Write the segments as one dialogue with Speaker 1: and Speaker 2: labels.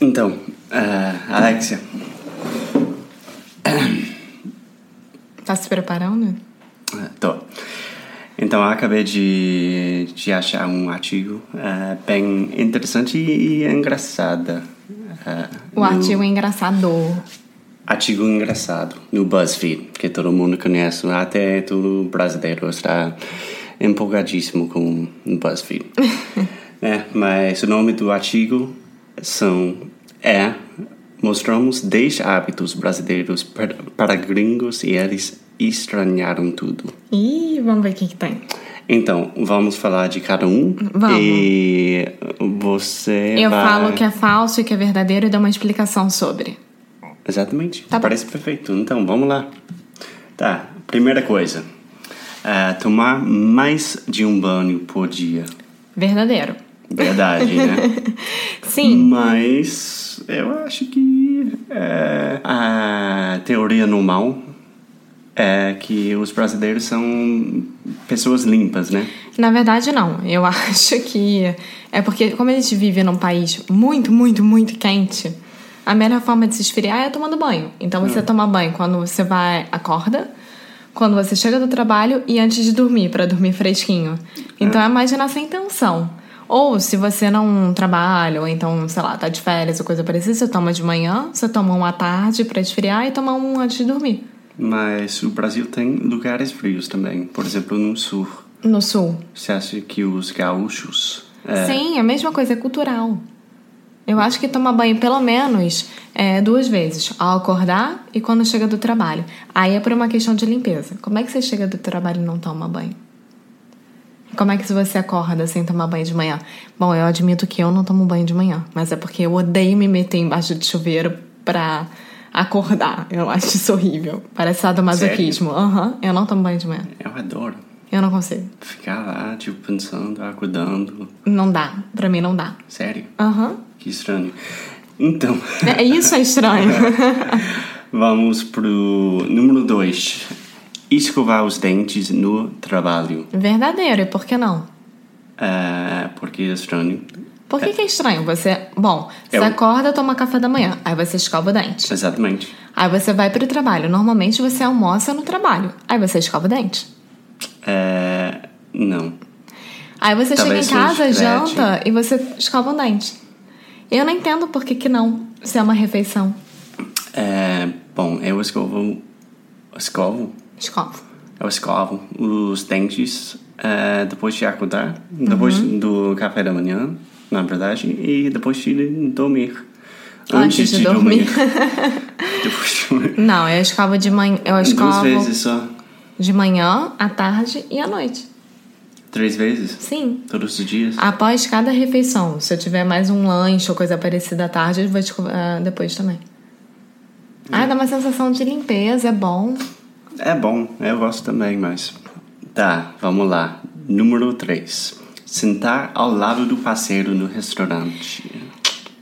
Speaker 1: Então, ah, Alexia,
Speaker 2: Tá se preparando?
Speaker 1: ah, tô. Então, eu acabei de, de achar um artigo ah, bem interessante e engraçado. ah,
Speaker 2: O artigo é engraçador.
Speaker 1: Artigo engraçado no BuzzFeed, que todo mundo conhece, até todo brasileiro está empolgadíssimo com o BuzzFeed. é, mas o nome do artigo são é Mostramos 10 hábitos brasileiros para, para gringos e eles estranharam tudo.
Speaker 2: Ih, vamos ver o que, que tem.
Speaker 1: Então, vamos falar de cada um.
Speaker 2: Vamos.
Speaker 1: E você
Speaker 2: Eu
Speaker 1: vai...
Speaker 2: falo que é falso e que é verdadeiro e dou uma explicação sobre.
Speaker 1: Exatamente.
Speaker 2: Tá bom.
Speaker 1: Parece perfeito. Então, vamos lá. Tá, primeira coisa. Ah, tomar mais de um banho por dia.
Speaker 2: Verdadeiro.
Speaker 1: Verdade, né?
Speaker 2: Sim,
Speaker 1: Mas eu acho que é, a teoria normal é que os brasileiros são pessoas limpas, né?
Speaker 2: Na verdade, não. Eu acho que é porque, como a gente vive num país muito, muito, muito quente, a melhor forma de se esfriar é tomando banho. Então você toma banho quando você vai, acorda, quando você chega do trabalho e antes de dormir, pra dormir fresquinho. Então é mais nessa intenção. Ou se você não trabalha, ou então, sei lá, tá de férias ou coisa parecida, você toma de manhã, você toma um à tarde pra esfriar e toma um antes de dormir.
Speaker 1: Mas o Brasil tem lugares frios também. Por exemplo, no sul.
Speaker 2: No sul.
Speaker 1: Você acha que os gaúchos
Speaker 2: Sim, é a mesma coisa, é cultural. Eu acho que tomar banho pelo menos é, duas vezes, ao acordar e quando chega do trabalho. Aí é por uma questão de limpeza. Como é que você chega do trabalho e não toma banho? Como é que se você acorda sem tomar banho de manhã? Bom, eu admito que eu não tomo banho de manhã, mas é porque eu odeio me meter embaixo de chuveiro pra acordar. Eu acho isso horrível. Parece sadomasoquismo. Aham, eu não tomo banho de manhã.
Speaker 1: Eu adoro
Speaker 2: Eu não consigo.
Speaker 1: ficar lá, tipo, pensando, acordando.
Speaker 2: Não dá. Pra mim não dá.
Speaker 1: Sério?
Speaker 2: Aham.
Speaker 1: Que estranho. Então,
Speaker 2: É, isso é estranho.
Speaker 1: vamos pro número 2. Escovar os dentes no trabalho.
Speaker 2: Verdadeiro, e por que não?
Speaker 1: É, porque é estranho.
Speaker 2: Por que, que é estranho? Você, bom, você
Speaker 1: Eu- É.
Speaker 2: acorda, toma café da manhã, aí você escova o dente.
Speaker 1: Exatamente.
Speaker 2: Aí você vai pro trabalho. Normalmente você almoça no trabalho, aí você escova o dente.
Speaker 1: É, não.
Speaker 2: Aí você
Speaker 1: Talvez
Speaker 2: chega em casa,
Speaker 1: seja um scratch.
Speaker 2: janta e você escova o dente. Eu não entendo por que, que não, se é uma refeição.
Speaker 1: É, bom, eu escovo. Escovo?
Speaker 2: Escova.
Speaker 1: Eu escovo os dentes é, depois de acordar, depois
Speaker 2: Uhum.
Speaker 1: do café da manhã, na verdade, e depois de dormir.
Speaker 2: Antes de dormir.
Speaker 1: depois de dormir.
Speaker 2: Não, eu escovo de manhã, eu
Speaker 1: Duas
Speaker 2: escovo
Speaker 1: vezes só.
Speaker 2: de manhã, à tarde e à noite.
Speaker 1: Três vezes?
Speaker 2: Sim.
Speaker 1: Todos os dias?
Speaker 2: Após cada refeição, se eu tiver mais um lanche ou coisa parecida à tarde, eu vou escovar ah, depois também. Ah, dá uma sensação de limpeza, é bom.
Speaker 1: É bom, eu gosto também, mas. Tá, vamos lá. Número 3. Sentar ao lado do parceiro no restaurante.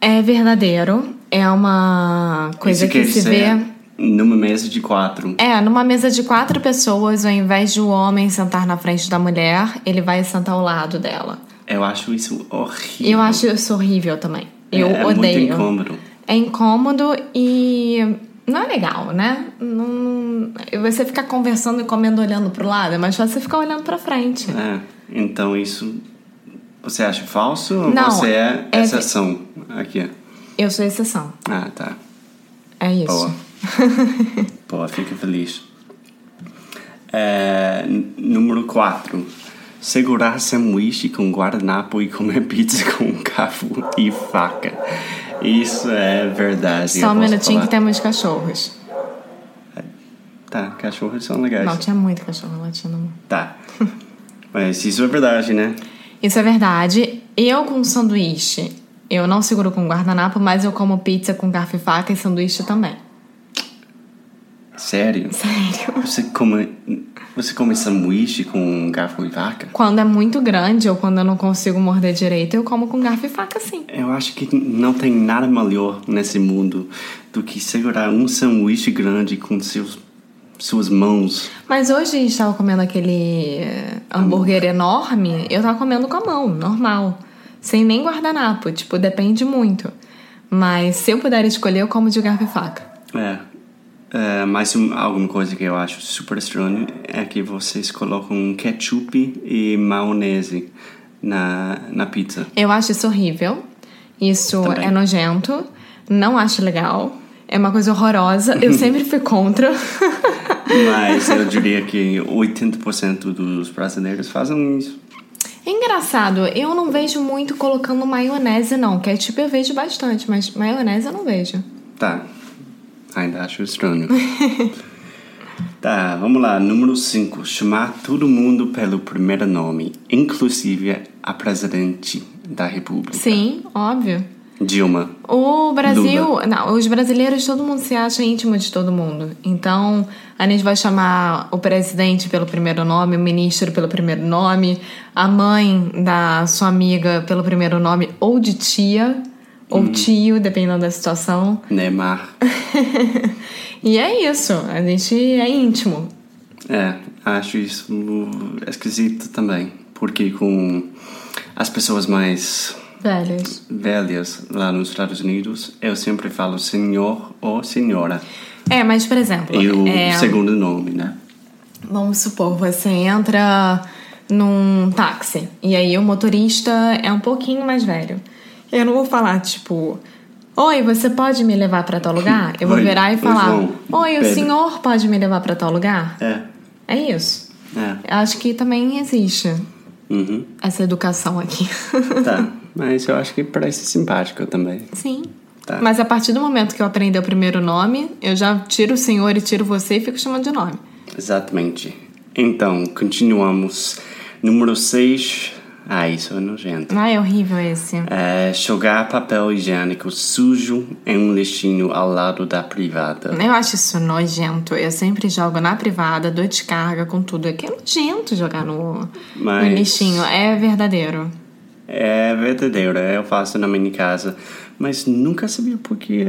Speaker 2: É verdadeiro, é uma
Speaker 1: Isso
Speaker 2: coisa
Speaker 1: é.
Speaker 2: que
Speaker 1: quer
Speaker 2: se
Speaker 1: dizer,
Speaker 2: vê.
Speaker 1: Numa mesa de quatro.
Speaker 2: É, numa mesa de quatro pessoas, ao invés de o homem sentar na frente da mulher, ele vai sentar ao lado dela.
Speaker 1: Eu acho isso horrível.
Speaker 2: E eu acho isso horrível também.
Speaker 1: É-
Speaker 2: Eu
Speaker 1: é
Speaker 2: odeio.
Speaker 1: muito incômodo.
Speaker 2: É incômodo e não é legal, né? Não- Você ficar conversando e comendo olhando pro lado, é mais fácil você ficar olhando pra frente.
Speaker 1: É, então isso você acha falso ou
Speaker 2: Não,
Speaker 1: você é,
Speaker 2: é-
Speaker 1: exceção? Aqui.
Speaker 2: Eu sou exceção.
Speaker 1: Ah, tá.
Speaker 2: É isso.
Speaker 1: Boa. Boa, fico feliz. É, n- 4. Segurar sanduíche com guardanapo e comer pizza com um garfo e faca. Isso é verdade.
Speaker 2: Só
Speaker 1: eu
Speaker 2: um
Speaker 1: posso
Speaker 2: minutinho
Speaker 1: falar.
Speaker 2: que temos cachorros.
Speaker 1: Tá, cachorros são legais.
Speaker 2: Não, tinha muito cachorro latindo.
Speaker 1: Tá. Mas isso é verdade, né?
Speaker 2: Isso é verdade. Eu com sanduíche, eu não seguro com guardanapo, mas eu como pizza com garfo e faca e sanduíche também.
Speaker 1: Sério?
Speaker 2: Sério?
Speaker 1: Você come, você come sanduíche com garfo e faca?
Speaker 2: Quando é muito grande ou quando eu não consigo morder direito, eu como com garfo e faca sim.
Speaker 1: Eu acho que não tem nada melhor nesse mundo do que segurar um sanduíche grande com seus, suas mãos.
Speaker 2: Mas hoje a gente tava comendo aquele eh, hambúrguer enorme, eu tava comendo com a mão, normal. Sem nem guardanapo, tipo, depende muito. Mas se eu puder escolher, eu como de garfo e faca.
Speaker 1: É. É, mas um- alguma coisa que eu acho super estranho é que vocês colocam um ketchup e maionese na, na pizza.
Speaker 2: Eu acho isso horrível. Isso
Speaker 1: Também.
Speaker 2: é nojento. Não acho legal. É uma coisa horrorosa. Eu sempre fui contra.
Speaker 1: Mas eu diria que 80% dos brasileiros fazem isso.
Speaker 2: É Engraçado, eu não vejo muito colocando maionese, não. Ketchup eu vejo bastante, mas maionese eu não vejo.
Speaker 1: Tá. Ainda acho estranho. tá, vamos lá. Número 5. Chamar todo mundo pelo primeiro nome, inclusive a presidente da República.
Speaker 2: Sim, óbvio.
Speaker 1: Dilma.
Speaker 2: O Brasil. Não, os brasileiros, todo mundo se acha íntimo de todo mundo. Então, a gente vai chamar o presidente pelo primeiro nome, o ministro pelo primeiro nome, a mãe da sua amiga pelo primeiro nome, ou de tia, ou
Speaker 1: Hum.
Speaker 2: tio, dependendo da situação.
Speaker 1: Neymar.
Speaker 2: E é isso, a gente é íntimo.
Speaker 1: É, acho isso esquisito também. Porque com as pessoas mais
Speaker 2: Velhos.
Speaker 1: velhas lá nos Estados Unidos, eu sempre falo senhor ou senhora.
Speaker 2: É, mas por exemplo.
Speaker 1: E o
Speaker 2: é,
Speaker 1: segundo nome, né?
Speaker 2: Vamos supor, você entra num táxi e aí o motorista é um pouquinho mais velho. Eu não vou falar tipo, oi, você pode me levar pra tal lugar? Eu vou
Speaker 1: Oi,
Speaker 2: virar e
Speaker 1: oi,
Speaker 2: falar,
Speaker 1: João,
Speaker 2: oi, o
Speaker 1: Pedro."
Speaker 2: senhor pode me levar pra tal lugar?
Speaker 1: É,
Speaker 2: É isso.
Speaker 1: é.
Speaker 2: Eu Acho que também existe
Speaker 1: Uhum.
Speaker 2: essa educação aqui.
Speaker 1: Tá, mas eu acho que parece simpático também.
Speaker 2: Sim.
Speaker 1: Tá.
Speaker 2: Mas a partir do momento que eu aprender o primeiro nome, eu já tiro o senhor e tiro você e fico chamando de nome.
Speaker 1: Exatamente. Então, continuamos. Número 6. Ah, isso é nojento.
Speaker 2: Ah, é horrível esse.
Speaker 1: É jogar papel higiênico sujo em um lixinho ao lado da privada.
Speaker 2: Eu acho isso nojento. Eu sempre jogo na privada, dou descarga com tudo. É que é nojento jogar no,
Speaker 1: Mas-
Speaker 2: no lixinho. É verdadeiro.
Speaker 1: É verdadeiro, eu faço na minha casa. Mas nunca sabia por que,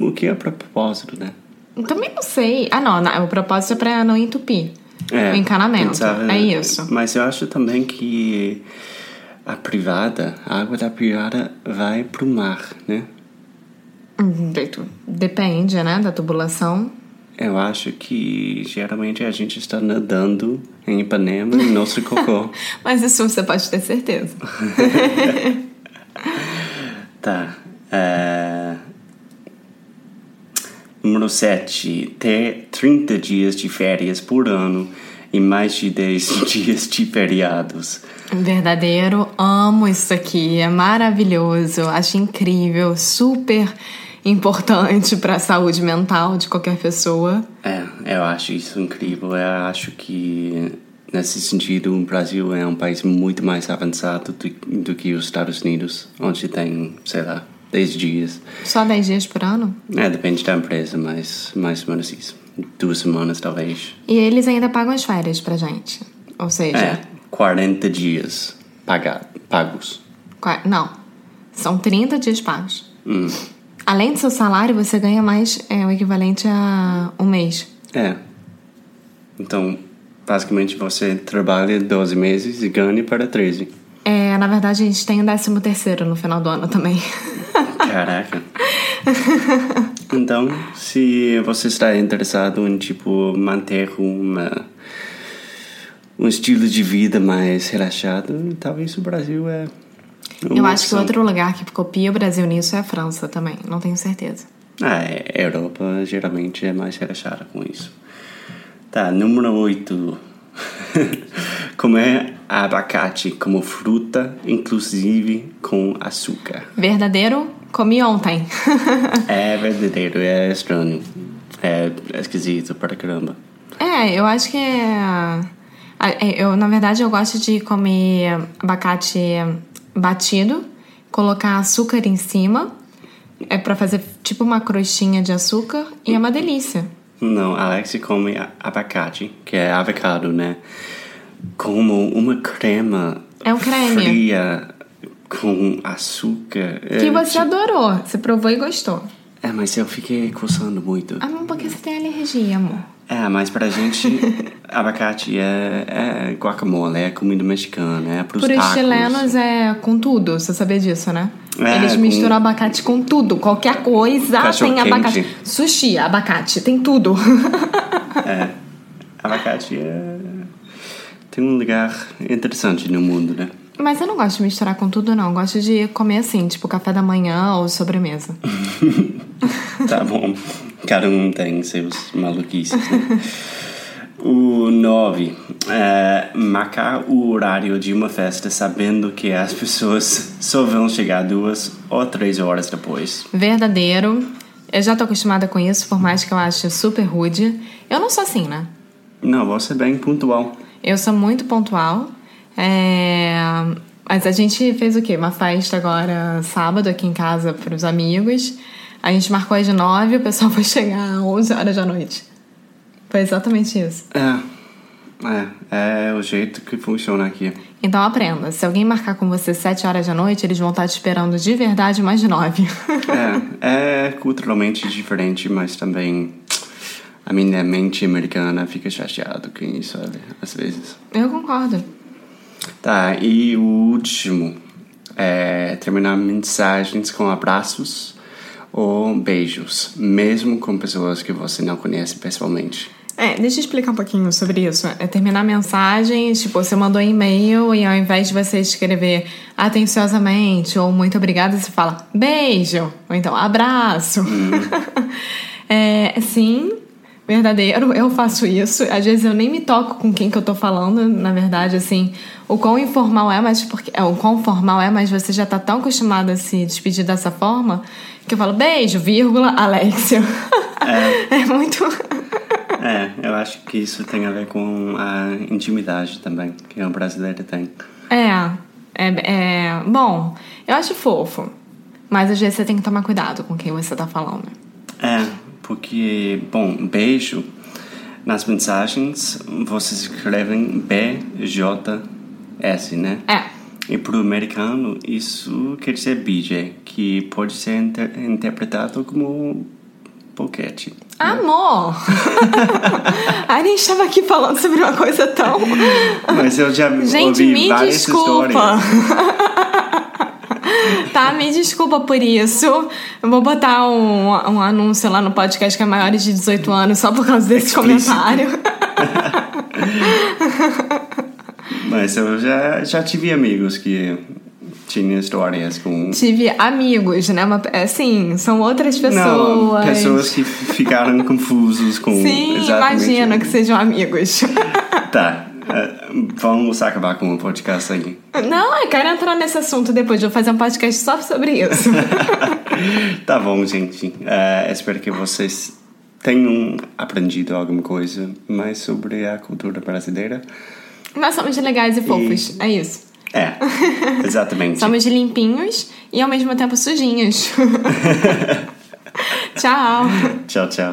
Speaker 1: o que é a propósito, né?
Speaker 2: Eu Também não sei. Ah, não. na- O propósito é pra não entupir
Speaker 1: É, né?
Speaker 2: o encanamento.
Speaker 1: pensava-
Speaker 2: É isso.
Speaker 1: Mas eu acho também que a privada, a água da privada vai pro mar, né?
Speaker 2: Hum, deito. Depende, né, da tubulação.
Speaker 1: Eu acho que geralmente a gente está nadando em Ipanema e nosso cocô.
Speaker 2: Mas isso você pode ter certeza.
Speaker 1: tá. é, Número 7. Ter 30 dias de férias por ano e mais de 10 dias de feriados.
Speaker 2: Verdadeiro. Amo isso aqui. É maravilhoso. Acho incrível. Super importante pra saúde mental de qualquer pessoa.
Speaker 1: É, eu acho isso incrível. Eu acho que, nesse sentido, o Brasil é um país muito mais avançado do, do que os Estados Unidos, onde tem, sei lá, 10 dias.
Speaker 2: Só 10 dias por ano?
Speaker 1: É, depende da empresa, mas mais ou menos isso. Duas semanas, talvez.
Speaker 2: E eles ainda pagam as férias pra gente. Ou seja,
Speaker 1: É, 40 dias paga- pagos.
Speaker 2: qua- não. São 30 dias pagos. Além do seu salário, você ganha mais é, o equivalente a um mês.
Speaker 1: É. Então, basicamente, você trabalha 12 meses e ganha para 13.
Speaker 2: É, na verdade, a gente tem o 13 terceiro no final do ano também.
Speaker 1: Caraca. então, se você está interessado em, tipo, manter uma, um estilo de vida mais relaxado, talvez o Brasil é... uma
Speaker 2: Eu acho que
Speaker 1: opção.
Speaker 2: outro lugar que copia o Brasil nisso é a França também. Não tenho certeza.
Speaker 1: Ah, é, a Europa geralmente é mais relaxada com isso. Tá, número 8. Comer abacate como fruta, inclusive com açúcar.
Speaker 2: Verdadeiro? Comi ontem.
Speaker 1: É verdadeiro, é estranho. É esquisito para caramba.
Speaker 2: É, eu acho que é. a- é, Eu, na verdade, eu gosto de comer abacate batido, colocar açúcar em cima, é para fazer tipo uma crostinha de açúcar e é uma delícia.
Speaker 1: Não, Alex come a- abacate, que é avocado, né? Como uma crema
Speaker 2: É um creme.
Speaker 1: fria com açúcar.
Speaker 2: Que
Speaker 1: É,
Speaker 2: você adorou, você provou e gostou.
Speaker 1: É, mas eu fiquei coçando muito.
Speaker 2: Ah, mas porque você tem alergia, amor.
Speaker 1: É, mas pra gente, abacate é, é guacamole, é comida mexicana, é pros
Speaker 2: Por
Speaker 1: tacos.
Speaker 2: chilenos é com tudo, você sabia disso, né?
Speaker 1: É,
Speaker 2: Eles
Speaker 1: com-
Speaker 2: misturam abacate com tudo, qualquer coisa tem
Speaker 1: Cachorro-quente.
Speaker 2: abacate. Sushi, abacate, tem tudo.
Speaker 1: É, abacate é... Tem um lugar interessante no mundo, né?
Speaker 2: Mas eu não gosto de misturar com tudo, não. Eu gosto de comer assim, tipo café da manhã ou sobremesa.
Speaker 1: Tá bom. Cada um tem seus maluquices. né? O 9. É, marcar o horário de uma festa sabendo que as pessoas só vão chegar duas ou três horas depois.
Speaker 2: Verdadeiro. Eu já tô acostumada com isso, por mais que eu ache super rude. Eu não sou assim, né?
Speaker 1: Não, você é bem pontual.
Speaker 2: Eu sou muito pontual. É, Mas a gente fez o quê? Uma festa agora sábado aqui em casa pros amigos. A gente marcou às nove, o pessoal foi chegar às 11 horas da noite. Foi exatamente isso.
Speaker 1: É, é, é o jeito que funciona aqui.
Speaker 2: Então aprenda, se alguém marcar com você sete horas da noite, eles vão estar te esperando de verdade mais nove.
Speaker 1: É, é culturalmente diferente, mas também a minha mente americana fica chateada com isso, sabe? Às vezes.
Speaker 2: Eu concordo.
Speaker 1: Tá, e o último é terminar mensagens com abraços ou beijos, mesmo com pessoas que você não conhece pessoalmente.
Speaker 2: É, deixa eu explicar um pouquinho sobre isso. É terminar mensagens, tipo, você mandou um e-mail e ao invés de você escrever atenciosamente ou muito obrigada, você fala beijo, ou então abraço. é, sim, verdadeiro, eu faço isso. Às vezes eu nem me toco com quem que eu tô falando, na verdade, assim, o quão informal é, mas porque. É, o quão formal é, mas você já tá tão acostumada a se despedir dessa forma que eu falo beijo, vírgula, Alexio. é muito.
Speaker 1: É, eu acho que isso tem a ver com a intimidade também, que o brasileiro tem.
Speaker 2: É, é, é. Bom, eu acho fofo. Mas às vezes você tem que tomar cuidado com quem você tá falando.
Speaker 1: É, porque, bom, beijo, nas mensagens vocês escrevem BJS, né?
Speaker 2: É.
Speaker 1: E pro americano, isso quer dizer BJ, que pode ser inter- interpretado como boquete.
Speaker 2: Ah. Amor! a gente estava aqui falando sobre uma coisa tão.
Speaker 1: Mas eu já
Speaker 2: Gente,
Speaker 1: ouvi
Speaker 2: me
Speaker 1: várias
Speaker 2: desculpa!
Speaker 1: histórias.
Speaker 2: tá, me desculpa por isso. Eu vou botar um, um anúncio lá no podcast que é maiores de 18 anos só por causa desse
Speaker 1: É Explícito.
Speaker 2: comentário.
Speaker 1: Mas eu já, já tive amigos que tinham histórias com...
Speaker 2: Tive amigos, né? Uma- Assim, são outras pessoas.
Speaker 1: Não, pessoas que ficaram confusos com...
Speaker 2: Sim,
Speaker 1: exatamente-
Speaker 2: imagino que sejam amigos.
Speaker 1: Tá, eh, vamos acabar com o podcast aí.
Speaker 2: Não, eu quero entrar nesse assunto depois. Vou fazer um podcast só sobre isso.
Speaker 1: Tá bom, gente. Eh, espero que vocês tenham aprendido alguma coisa mais sobre a cultura brasileira.
Speaker 2: Nós somos legais e fofos. É isso.
Speaker 1: É, exatamente.
Speaker 2: Somos limpinhos e ao mesmo tempo sujinhos. Tchau.
Speaker 1: Tchau, tchau.